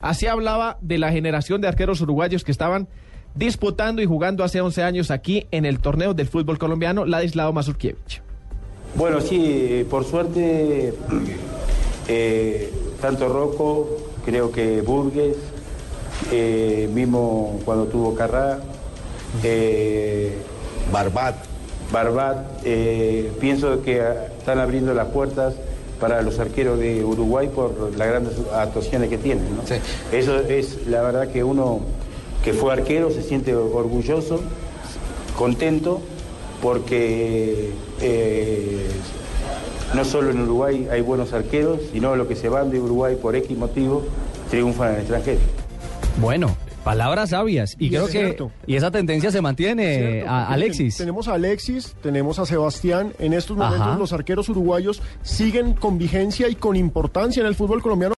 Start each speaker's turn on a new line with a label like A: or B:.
A: Así hablaba de la generación de arqueros uruguayos que estaban disputando y jugando hace 11 años aquí en el torneo del fútbol colombiano Ladislao Mazurkiewicz.
B: Bueno, sí, por suerte, eh, tanto Rocco, creo que Burgues, eh, mismo cuando tuvo Carrá, eh,
C: Barbat.
B: Barbat, eh, pienso que ah, están abriendo las puertas para los arqueros de Uruguay por las grandes actuaciones que tienen. ¿no?
C: Sí.
B: Eso es la verdad que uno que fue arquero se siente orgulloso, contento, porque eh, no solo en Uruguay hay buenos arqueros, sino los que se van de Uruguay por X motivo triunfan en el extranjero.
D: Bueno, palabras sabias. Y,
E: Y
D: creo
E: es
D: que
E: cierto.
D: y esa tendencia se mantiene,
E: Cierto,
D: eh, a-
E: porque
D: Alexis.
E: ten- Tenemos a Alexis, tenemos a Sebastián. En estos momentos
D: Ajá.
E: los arqueros uruguayos siguen con vigencia y con importancia en el fútbol colombiano.